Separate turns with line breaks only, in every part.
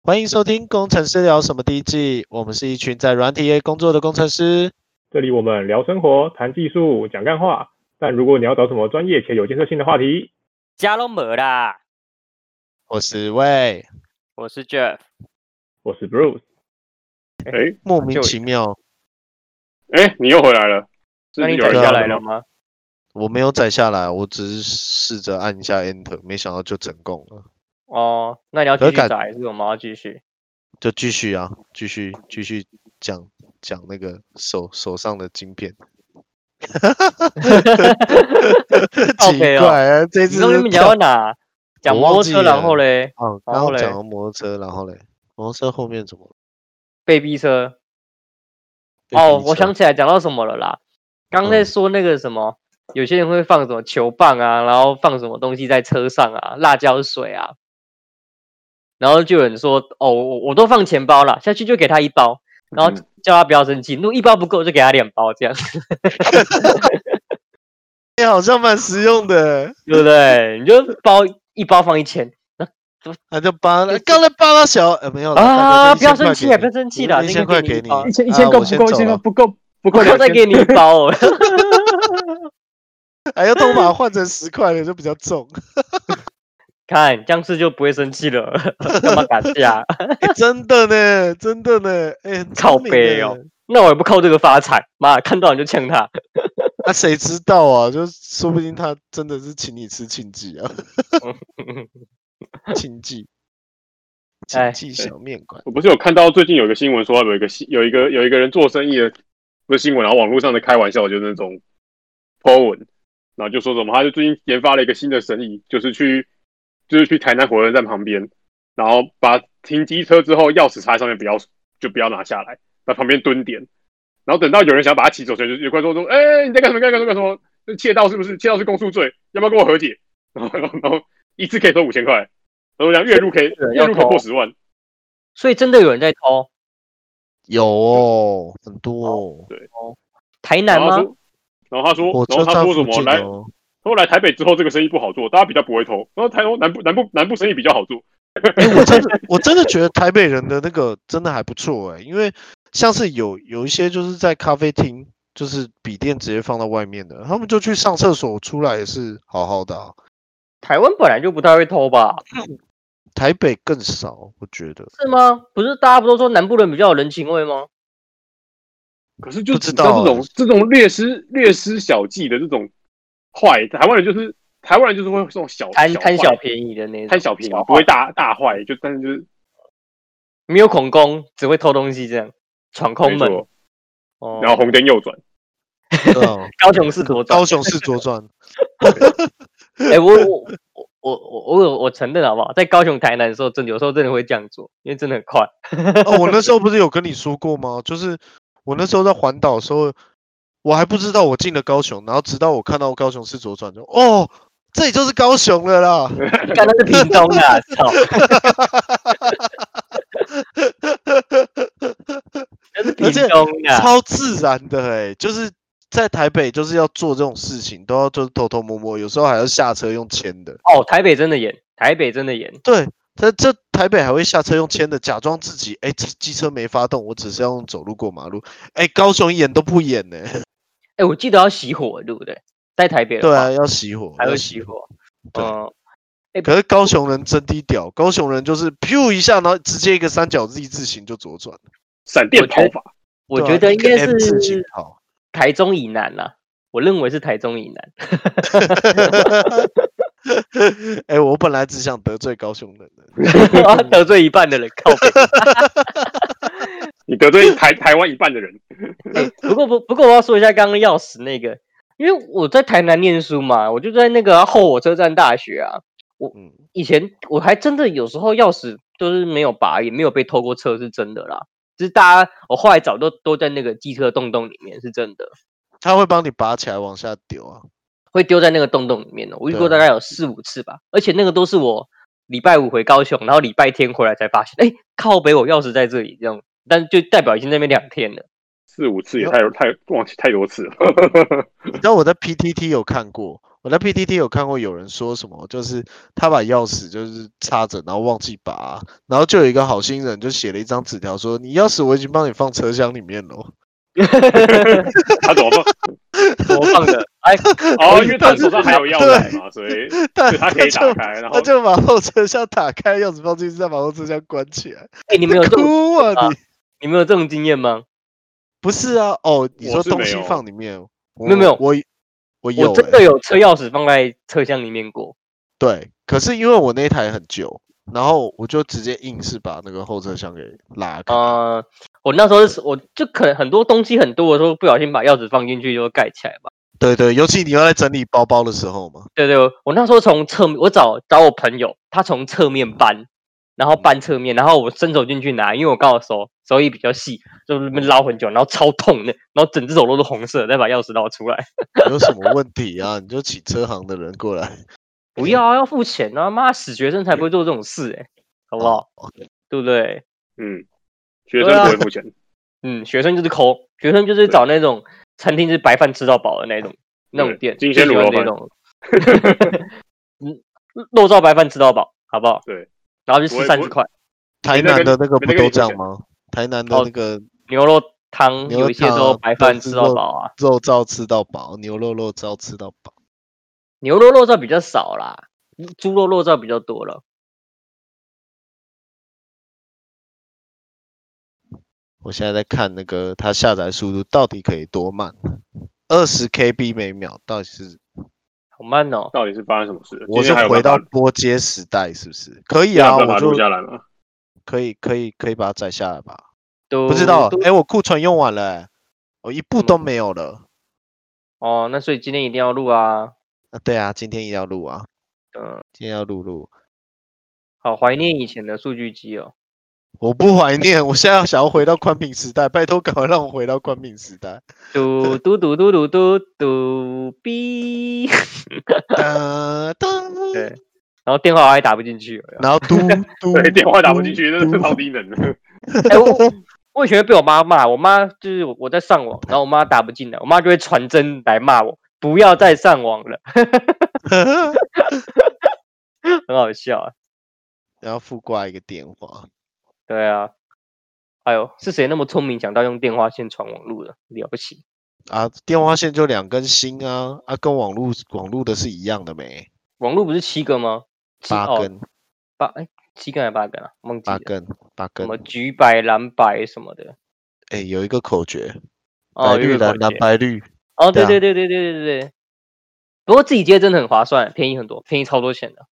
欢迎收听《工程师聊什么》第一季，我们是一群在软体业工作的工程师。
这里我们聊生活、谈技术、讲干话。但如果你要找什么专业且有建设性的话题，
家都没啦。
我是魏，
我是 Jeff，
我是 Bruce。
哎、欸，
莫名其妙，
哎、欸，你又回来了，是
那你
有
等
人
对啊
下
要
来
什么
了？吗？
我没有载下来，我只是试着按一下 Enter，没想到就成功了，
哦，那你要
可是
继续
感
找还是我们要继续？
就继续啊，继续继续讲讲那个手手上的晶片。 奇怪、啊，这
你
次
中
是
间讲到哪？讲
我
摩
忘
托
记
车，然后
了
嘞，
哦，
然
刚
后
刚
嘞
讲到摩托车，然后嘞，摩托车后面怎么了？
被逼车。
被
哦，
逼
我
车
想起来讲到什么了啦？刚才
嗯
说那个什么，有些人会放什么球棒啊，然后放什么东西在车上啊，辣椒水啊，然后就有人说，哦，我我都放钱包了，下去就给他一包，然后
嗯
叫他不要生气，如果一包不够就给他两包，这样
哎、好像蛮实用的。
对不对？你就包一包放一千，
那就帮
就
了，
是
刚才帮了小呃没有啦
啊！
大哥
不要生气啊，不要
1000
生气啦，
一
那
千
个
块
给
给你
你一包，
啊
一千一千
我
够不
先
够？一
走
千
了
够不够？不 够
我
两
再
千？
给你一包哦。
哎用头把换成十块的就比较 重，
看这样子就不会生气了， 干嘛打啊架？
哎真的呢，真的呢，哎、很
靠
聪明
背
呢
哦， 那我也不靠这个发财，妈，看到你就呛他。
那、谁知道啊？就说不定他真的是请你吃庆记 啊，庆记，
哎
庆记小面馆，
我不是有看到最近有一个新闻说有一个新有一个有一个人做生意的，不是新闻，然后网络上的开玩笑就是那种 po 文，然后就说什么他就最近研发了一个新的生意，就是去就是去台南火车站旁边，然后把停机车之后钥匙插在上面不要就不要拿下来，在旁边蹲点，然后等到有人想把他骑走，所以就有观众说：“哎、你在干什么？干什么？干什么？这窃盗是不是？窃盗是公诉罪，要不要跟我和解？” 然后然后然后一次可以收五千块，然后讲月入可以
是
月入可
要
以
扣
破十万。
所以真的有人在偷
有哦，很多哦，
台
然
南
后他
吗？
说，然后他说
火，
然
车
后他
站
说什
附
么
近
来？
哦，
他说来台北之后这个生意不好做，大家比较不会投。然后台湾南部南部南部生意比较好做，
哎、我真的我真的觉得台北人的那个真的还不错哎、因为像是有有一些就是在咖啡厅，就是笔电直接放到外面的，他们就去上厕所出来也是好好的啊、
台湾本来就不太会偷吧？
台北更少，我觉得
是吗？不是大家不都说南部人比较有人情味吗？
可是就
不知
只道
道哎
这种这种略施略施小计的这种坏，台湾人就是台湾人就是会这种小
贪
小
贪
坏
小便宜的那种，
贪小便宜，啊不
坏
会大大坏，就但是就是
没有恐攻，只会偷东西这样闯空
没
门。
错
哦，
然后红灯右转，
对啊
高雄市多
高雄市左转，
哎、我我我我我我有我承认好不好？在高雄、台南的时候，真的有时候真的会这样做，因为真的很快。
哦，我那时候不是有跟你说过吗？就是我那时候在环岛的时候，我还不知道我进了高雄，然后直到我看到高雄市左转，就哦，这里就是高雄了啦。
干那是屏东 啊，操！那是屏东啊，
超自然的哎、就是在台北就是要做这种事情，都要就是偷偷摸摸，有时候还要下车用签的。
哦，台北真的严，台北真的严，
对，他这台北还会下车用签的，假装自己哎机机车没发动，我只是要用走路过马路。哎，高雄演都不演呢、
哎、我记得要熄火，对不对？在台北的
对
话
啊，要熄火，
还
要
会
熄
熄
火。
火，
对
嗯，
可是高雄人真低调，高雄人就是噗一下，然后直接一个三角 Z 字形就左转。
闪电跑法，
我
对啊
觉得
一
应
个
该
M 字形
是
跑。
台中以南啦、我认为是台中以 南。
哎，我本来只想得罪高雄人的，
得罪一半的人，靠北。
你得罪台台湾一半的人，
哎不过不不过我要说一下刚刚钥匙那个，因为我在台南念书嘛，我就在那个啊后火车站大学啊。
嗯，
以前我还真的有时候钥匙就是没有拔，也没有被偷过车，是真的啦。就是大家我后来找都都在那个机车洞洞里面，是真的
他会帮你拔起来往下丢啊。
会丢在那个洞洞里面的。我遇过
对
大概有四五次吧，而且那个都是我礼拜五回高雄，然后礼拜天回来才发现，哎、靠北，我钥匙在这里，这样，但就代表已经在那边两天了。
四五次也太太忘记太多次了。
你知道我在 PTT 有看过，我在 PTT 有看过有人说什么，就是他把钥匙就是插着，然后忘记拔，啊然后就有一个好心人就写了一张纸条说：“你钥匙我已经帮你放车厢里面了。
他怎么放？
我放的， 哎，
哦，因为他手上还有钥匙嘛，所以
但”
所以他可以打开，然
他
后
就把后车厢打开，钥匙放进去，再把后车厢关起来。
哎，你们有这种
哭啊你！
你们有这种经验吗？
不是啊，哦，你
我
说
是
东
没
西
有
放里面，我
没有没有
我我有、
我真
欸
的有车钥匙放在车厢里面过，
对，可是因为我那一台很旧，然后我就直接硬是把那个后车厢给拉
哦
开。
呃，我那时候是我就可能很多东西很多的时候，不小心把钥匙放进去就盖起来吧。
对对，尤其你要在整理包包的时候嘛，
对对，我那时候从侧面，我找找我朋友，他从侧面搬，然后搬侧面，然后我伸手进去拿，因为我刚好手手艺比较细，就那边捞很久，然后超痛的，然后整只手都是红色的，再把钥匙捞出来。
有什么问题啊？你就请车行的人 过来。
不要啊，要付钱啊！妈，死学生才不会做这种事哎、好不好？对不对？
嗯，学生
啊
不会付钱，
嗯，学生就是抠，学生就是找那种餐厅是白饭吃到饱的那种那种
对
店，
金鲜
最
卤
喜
肉
欢那
饭
种，嗯，肉燥白饭吃到饱，好不好？
对，
然后就
不
吃
会
三
不
十
会
块
台
那
南
个
的那个不
那个
都
也
这
不
样
行
吗？台南的
哦
那个
牛肉
牛
汤，
肉
有一些时
汤
候
啊
白
豆
饭
汁
吃到
肉
饱啊，
肉燥吃到饱，牛肉肉燥吃到饱。
牛肉肉燥比较少啦，猪肉肉燥比较多了。
我现在在看那个它下载速度到底可以多慢，二十 KB 每秒到底是？
好慢哦，
到底是发生什么事？
我
今
是
天还有
回到
办法
波街时代是不是？可以
今天
啊，
还有办
我
法
就
录下来吗？
可以可以可以把它载下来吧。
都
不知道
都，嗯
哎、我库存用完了、欸，我一部
什么
都没有了。
哦，那所以今天一定要录啊，
啊，对啊，今天也要录啊，
嗯，
今天要录录。
好怀念以前的数据机哦。
我不怀念，我现在想要回到宽屏时代， 拜托赶快让我回到宽屏时代。
嘟嘟嘟嘟嘟嘟嘟哔，
哒哒，
对，然后电话还打不进去哎有没有。
然后嘟 嘟，
对，电话打不进
嘟
去，真的是
嘟
超低能的。
哎、我我 我以前会被我妈骂，我妈就是我我在上网，然后我妈打不进来，我妈就会传真来骂我，不要再上网了，很好笑啊。
然后复挂一个电话。
对啊，哎呦，是谁那么聪明，想到用电话线传网络的？了不起！
啊，电话线就两根芯啊，啊，跟网络网络的是一样的没？
网络不是七个吗？七
八
哦
根，
八哎、七根还是八根啊？忘记
八
了。
根，八
什
根
么。橘白蓝白什么的。
哎、有一个口诀，
哦，
白
有
绿
一个
蓝
口
蓝
诀
白绿。
哦，
对
对
啊
对对对对对对。不过自己接真的很划算，便宜很多，便宜超多钱的。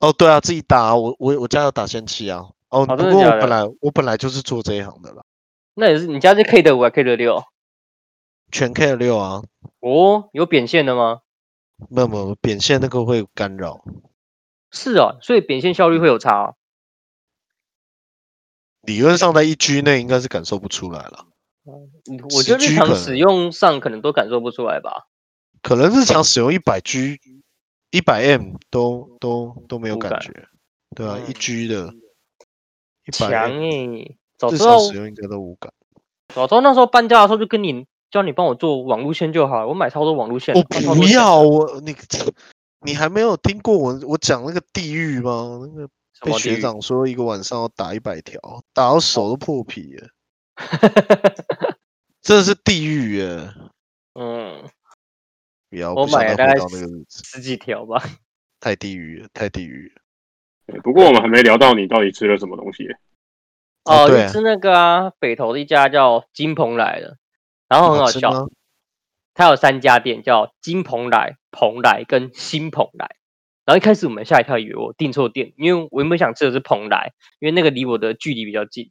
哦，对啊，自己打啊，我我我家有打线器啊。哦，不
真的
过
假
我
的
本来我本来就是做这一行的啦，
那也是你家是 K 的五还 K 的六
全 K 六啊，
哦，有扁线的吗？
那么扁线那个会干扰。
是哦，所以扁线效率会有差、哦。
理论上在一 G 内应该是感受不出来了，
嗯我觉得日
10G
常
可
使
能
用上可能都感受不出来吧。
可能日常使用一百 G、一百 M 都都都没有
无
感
感
觉，对啊，一
嗯
G 的，一
强
百 M
诶、早
日
知道
常使用应该都无感。
早知道那时候搬家的时候就跟你叫你帮我做网路线就好了，我买超多网路线的，
我
花超
哦不
多钱
要
的
我你你还没有听过我我讲那个地狱吗？那个
什
被
么
学
地狱，
长说一个晚上要打一百条，打到手都破皮 了，真的是地狱耶！
嗯，
不要，
我
不想
买
再
了
回
大概
到那个日子，
十几条吧。
太地狱了，太地狱了。
对不过我们还没聊到你到底吃了什么东西。
哦
哦，
对
就吃那个啊，北投的一家叫金鹏来的，然哦后很好
吃
笑，
吗
它有三家店叫金鹏来、鹏来跟新鹏来。然后一开始我们吓一跳，以为我订错店，因为我原本想吃的是蓬莱，因为那个离我的距离比较近。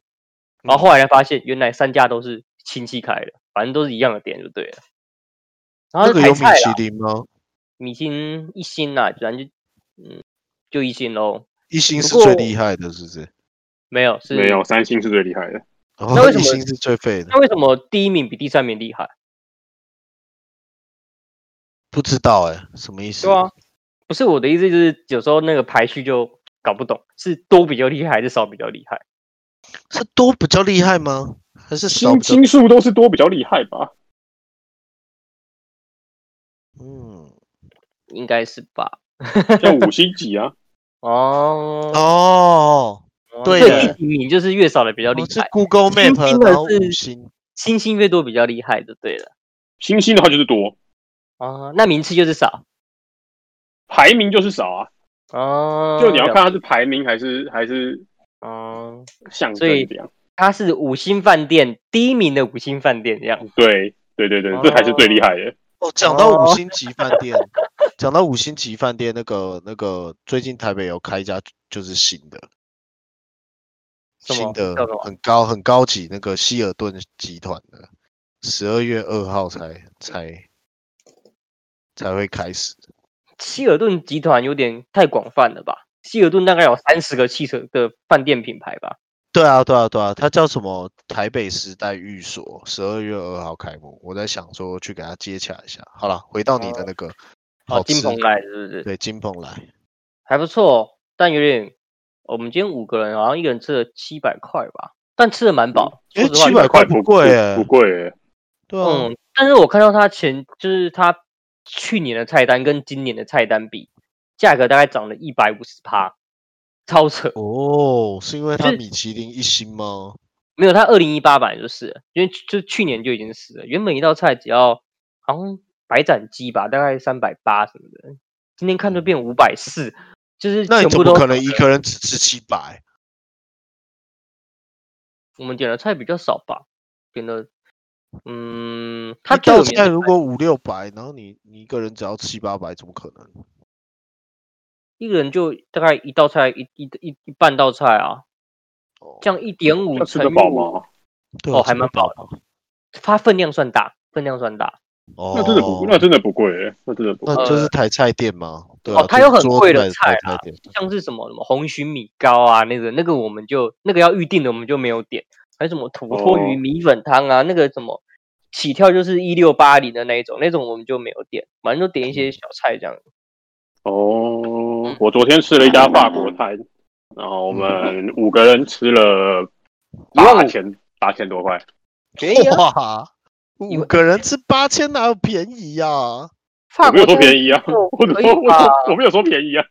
然后后来才发现，原来三家都是亲戚开的，反正都是一样的店就对了。然后
那
是
个
台
有米
菜啦，
其林吗？
米星一星啦，反正就嗯就一星喽，
一星
不
是最
过
厉害的，是不是？
没有是
没有，三星是最 厉害的。
哦
那为什
一
么
星是最废的？
那为什么第一名比第三名厉害？
不知道哎、什么意思？
对啊，不是我的意思，就是有时候那个排序就搞不懂，是多比较厉害还是少比较厉害？
是多比较厉害吗？还是少
星
比较？
星数都是 多比较厉害吧？
嗯，
应该是吧？
像五星级啊，
哦，
哦，对
所以
耶
第几名就是越少的比较厉
哦是
害，
Google
星
Map，
星的
然后
是
五星，
星星越多比较厉害就对了。
星星的话就是多，
哦，那名次就是少。
排名就是少啊。
哦，
嗯
就你要看它是排名还是还是
哦，
象
所
征
以
这样。
它是五星饭店第一名的五星饭店这样。
对对对对，这才是最厉害的。
哦，讲到五
哦
星级饭店，讲到五星级饭店，那个那个最近台北有开一家就是新的，
什
新
么
的
叫什么
很高很高级那个希尔顿集团的，十二月二号才才才会开始。
希尔顿集团有点太广泛了吧？希尔顿大概有三十个汽车的饭店品牌吧？
对啊，对啊，对啊，它叫什么？台北时代寓所，十二月二号开幕。我在想说去给它接洽一下。好了，回到你的那个
哦，
好
金
吃，
鹏来是不是？
对金鹏来，
还不错，哦但有点，哦我们今天五个人好像一个人吃了七百块吧，但吃的蛮饱。
嗯诶
说实话
700块不
不
贵耶
不贵耶。
对啊，
嗯，但是我看到他前就是他去年的菜单跟今年的菜单比，价格大概涨了一百五十趴，超扯。
哦，是因为它
就是
米其林一星吗？
没有，他二零一八版就是了，因为去就去年就已经死了。原本一道菜只要好像白斩鸡吧，大概三百八什么的，今天看就变五百四，就是
那你怎
全
么
部都
可能一个人只吃七百？
我们点的菜比较少吧，点的，嗯， 他
一
最
道
有名
菜
的
如果五六百，然后你你一个人只要七八百，怎么可能？
一个人就大概一道菜一一一一半道菜啊，
哦
这样一点五
那吃
乘
得
以
饱
五
吗？
对啊
哦还蛮饱
的。
它分量算大，分量算大。
哦，
那真的不，那真的不贵耶，那真的不贵。
那就是台菜店吗？对
呃哦
啊，
它
就
有很
桌
贵
子
的
卖
菜啊
台
啦
菜店
像是什么什么红鲟米糕啊，那个那个我们就那个要预定的我们就没有点，还有什么土托鱼
哦
米粉汤啊，那个什么起跳就是一六八零的那一种，那种我们就没有点，反正就点一些小 菜这样。嗯
哦，我昨天吃了一家法国菜，然后我
嗯
们五个人吃了八千八千多块，
便 宜啊，
哇，
以
五
为
个人吃八千哪有便宜呀、
法
我没有
国
说
便宜。
便宜啊，
哦
我只
可以
说我
吧
我没有说便宜啊，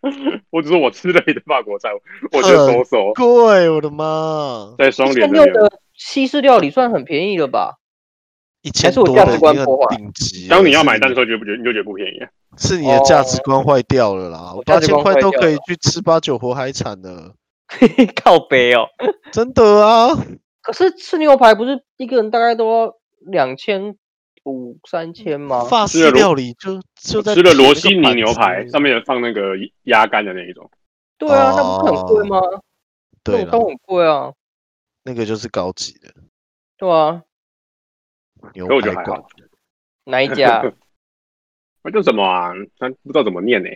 我只是我吃了一顿法国菜，我觉得收手，
贵，我的妈！
在双
嗯一
联
千
那边。
六的西式料理算很便宜了吧？
一千
是我
多
价
的
值
已
观
经
破
很
坏
顶级了。
当你要
是
买
你
单的时候，觉得不觉得你就觉得不便宜啊？
是你的价
哦
值观坏掉了啦
我，
八
价值
千
观
块
坏
都
掉
可以
了
去吃八九活海产了，
靠北哦。
真的啊！
可是吃牛排不是一个人大概都要两千五三千吗？
法
吃
式
了罗
料理就就在
吃了
撇
罗
那个
西尼
盘
牛
子
排，上面有放那个鸭肝的那一种，
对啊，那不是很贵
哦
吗？
对啦
那种都很贵啊，
那个就是高级的
对啊，
牛
可我觉
排
得还
馆
好。
哪一家啊？
那叫什么啊？他不知道怎么念呢、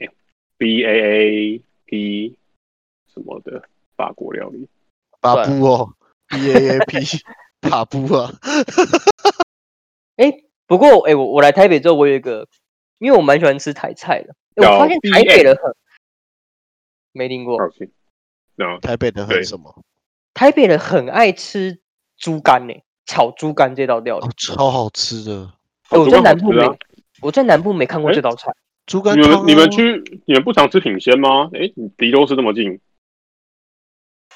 b A A P 什么的法国料理，
巴
算
布哦，B A A P 塔布啊，
哎，不过哎，我我来台北之后，我有一个，因为我蛮喜欢吃台菜的，诶我
叫嗯
发现台北
BM
人很没听过，
抱歉。那
台北的很
对
什么？
台北人很爱吃猪肝呢，炒猪肝这道料理
哦，，超好吃的
诶我
猪
在
肝
南
好
部
吃
没
啊，
我在南部没看过
诶
这道菜，
猪肝
你
汤啊、
们你们去你们不常吃品鲜吗？哎、你离都是这么近，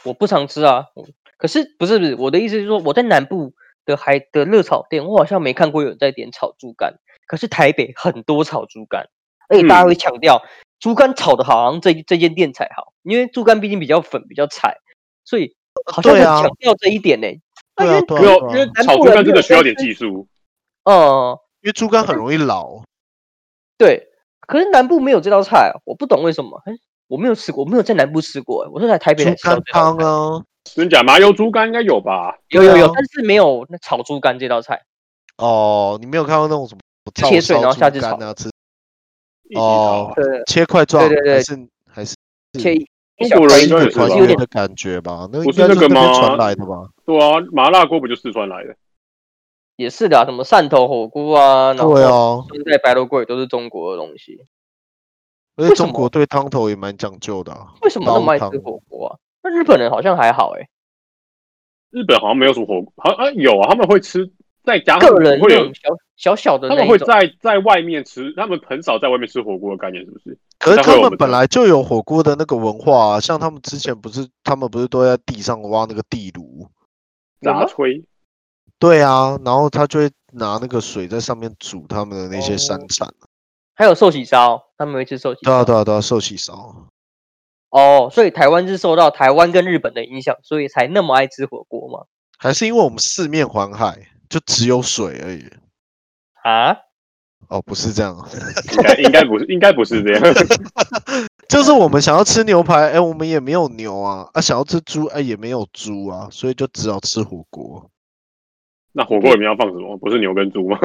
我不常吃啊。嗯可是不是不是，我的意思是说，我在南部的还的热炒店，我好像没看过有人在点炒猪肝，可是台北很多炒猪肝，而且大家
嗯
会强调、猪肝炒的好，好像这这间店才好，因为猪肝毕竟比较粉比较柴，所以好像
对
很
啊
强调这一点呢、
对啊对啊
没有，
对啊
因为
南
炒
部
猪
人
肝真
没有
的需要
在
点
吃
技术。
哦、
因为猪肝很容易老，
对，可是南部没有这道菜啊，我不懂为什么，诶我没有吃过，我没有在南部吃过、诶我是在台北
猪
才吃到
肝
这道
汤
菜。
啊，
真假麻油猪肝应该有吧？
有有有
啊，
但是没有那炒猪肝这道菜。
哦，你没有看过那种什么照
切碎
烧
然后
猪
下去
肝
炒
啊，吃
一起炒啊
哦
对，
切块状，
对对
还是还是
切一
中
小
国
块
人
一
应该
点
也
个
是
可
传
吧
是有
说
点
的感觉吧？那
不
应
是
该就
那
是
个
边
吗
传来的吧？
对啊，麻辣锅不就是四川来的？
也是的、啊，什么汕头火锅啊，然后
对啊，
现在白肉锅也都是中国的东西，
而且
为什
中
么
国对汤头也蛮讲究的啊。
为什么那么
煲
爱
汤
吃火锅啊？那日本人好像还好哎、
日本好像没有什么火锅，好像啊有啊，他们会吃在家，他
个
们
人
会
那
有
种小小小的
他
那
们
一
会
种。
在在外面吃，他们很少在外面吃火锅的概念，是不是？
可是
才会
他
有我
们
们
本
这
来就有火锅的那个文化啊，像他们之前不是，他们不是都在地上挖那个地炉？
什么
杂炊，
对啊，然后他就会拿那个水在上面煮他们的那些山
哦
产。
还有寿喜烧，他们会吃寿喜
对
烧。
啊，对啊，对啊，寿喜烧。
哦，所以台湾是受到台湾跟日本的影响，所以才那么爱吃火锅吗？
还是因为我们四面环海，就只有水而已。
啊，
哦，不是这样啊，
应该应该不是，应该不是这样。
就是我们想要吃牛排，哎，我们也没有牛啊；啊，想要吃猪，哎，也没有猪啊，所以就只好吃火锅、
那火锅里面要放什么？不是牛跟猪吗？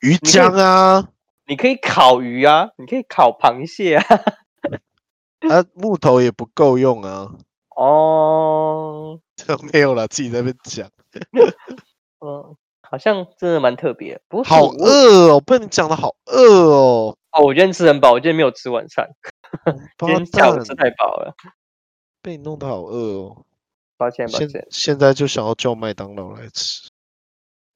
鱼浆啊，
你可以烤鱼啊，你可以烤螃蟹啊。
啊，木头也不够用啊。
哦，
没有了，自己在那边讲，
嗯，好像真的蛮特别的。不过
好
火锅
饿哦，被你讲的好饿哦。
哦，我今天吃很饱，我今天没有吃晚餐，今
巴
天下午
蛋
吃太饱了，
被你弄得好饿哦，
抱歉抱
现
歉。
现在就想要叫麦当劳来吃。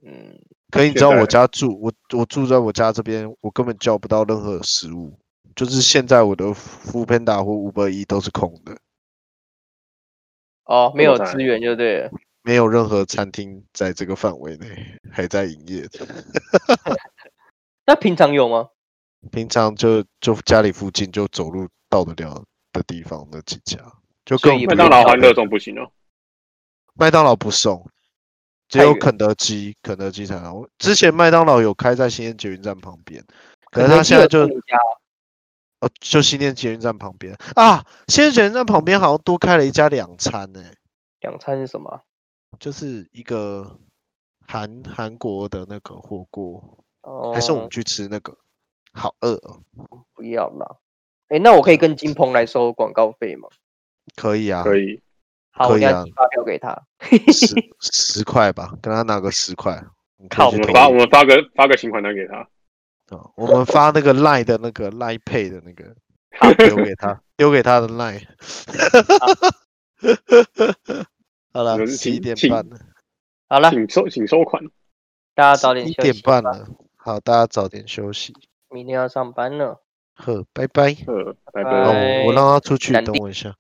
嗯，
可是你知
现
道我
在
家住我我住在我家这边，我根本叫不到任何的食物，就是现在我的 f o o Panda 或 Uber E 都是空的，
哦，没
这么
有
惨
资源就对了。
没有任何餐厅在这个范围内还在营业的。
那平常有吗？
平常就就家里附近就走路到得了的地方那几家，就
所
更
以
不
麦
用
当劳
考
欢
虑
乐颂不行哦。
麦当劳不送，只
太
有
远
肯德基，肯德基才有。之前麦当劳有开在新店捷运站旁边，可
肯
是
德
他
基
现在
有
就
自己家
呃就新店捷运站旁边啊，新店捷运站旁边好像多开了一家两餐呢、
两餐是什么啊？
就是一个韩韩国的那个火锅，
哦，
还是我们去吃那个？好饿、哦，
不要啦。哎，那我可以跟金鹏来收广告费吗？
可以啊，
可以，
好，我
可以
等下
啊
寄发票给他。
十十块吧，跟他拿个十块。你可以
靠
去
我们
投
发我
入
们发个发个请款单给他。
啊，我们发那个赖的那个赖配的那个，丢给 他，丢给他的赖。好
你
了，
们是
十一
请
点
请
半了，
好 了，
请收请收款。
大家早点
一
休
点
息
半
吧，
了。好，大家早点休息。
明天要上班了。
呵，拜拜。
呃，拜
哦
拜。
我，我
拜
让他出去，
闪
等
电
我一下。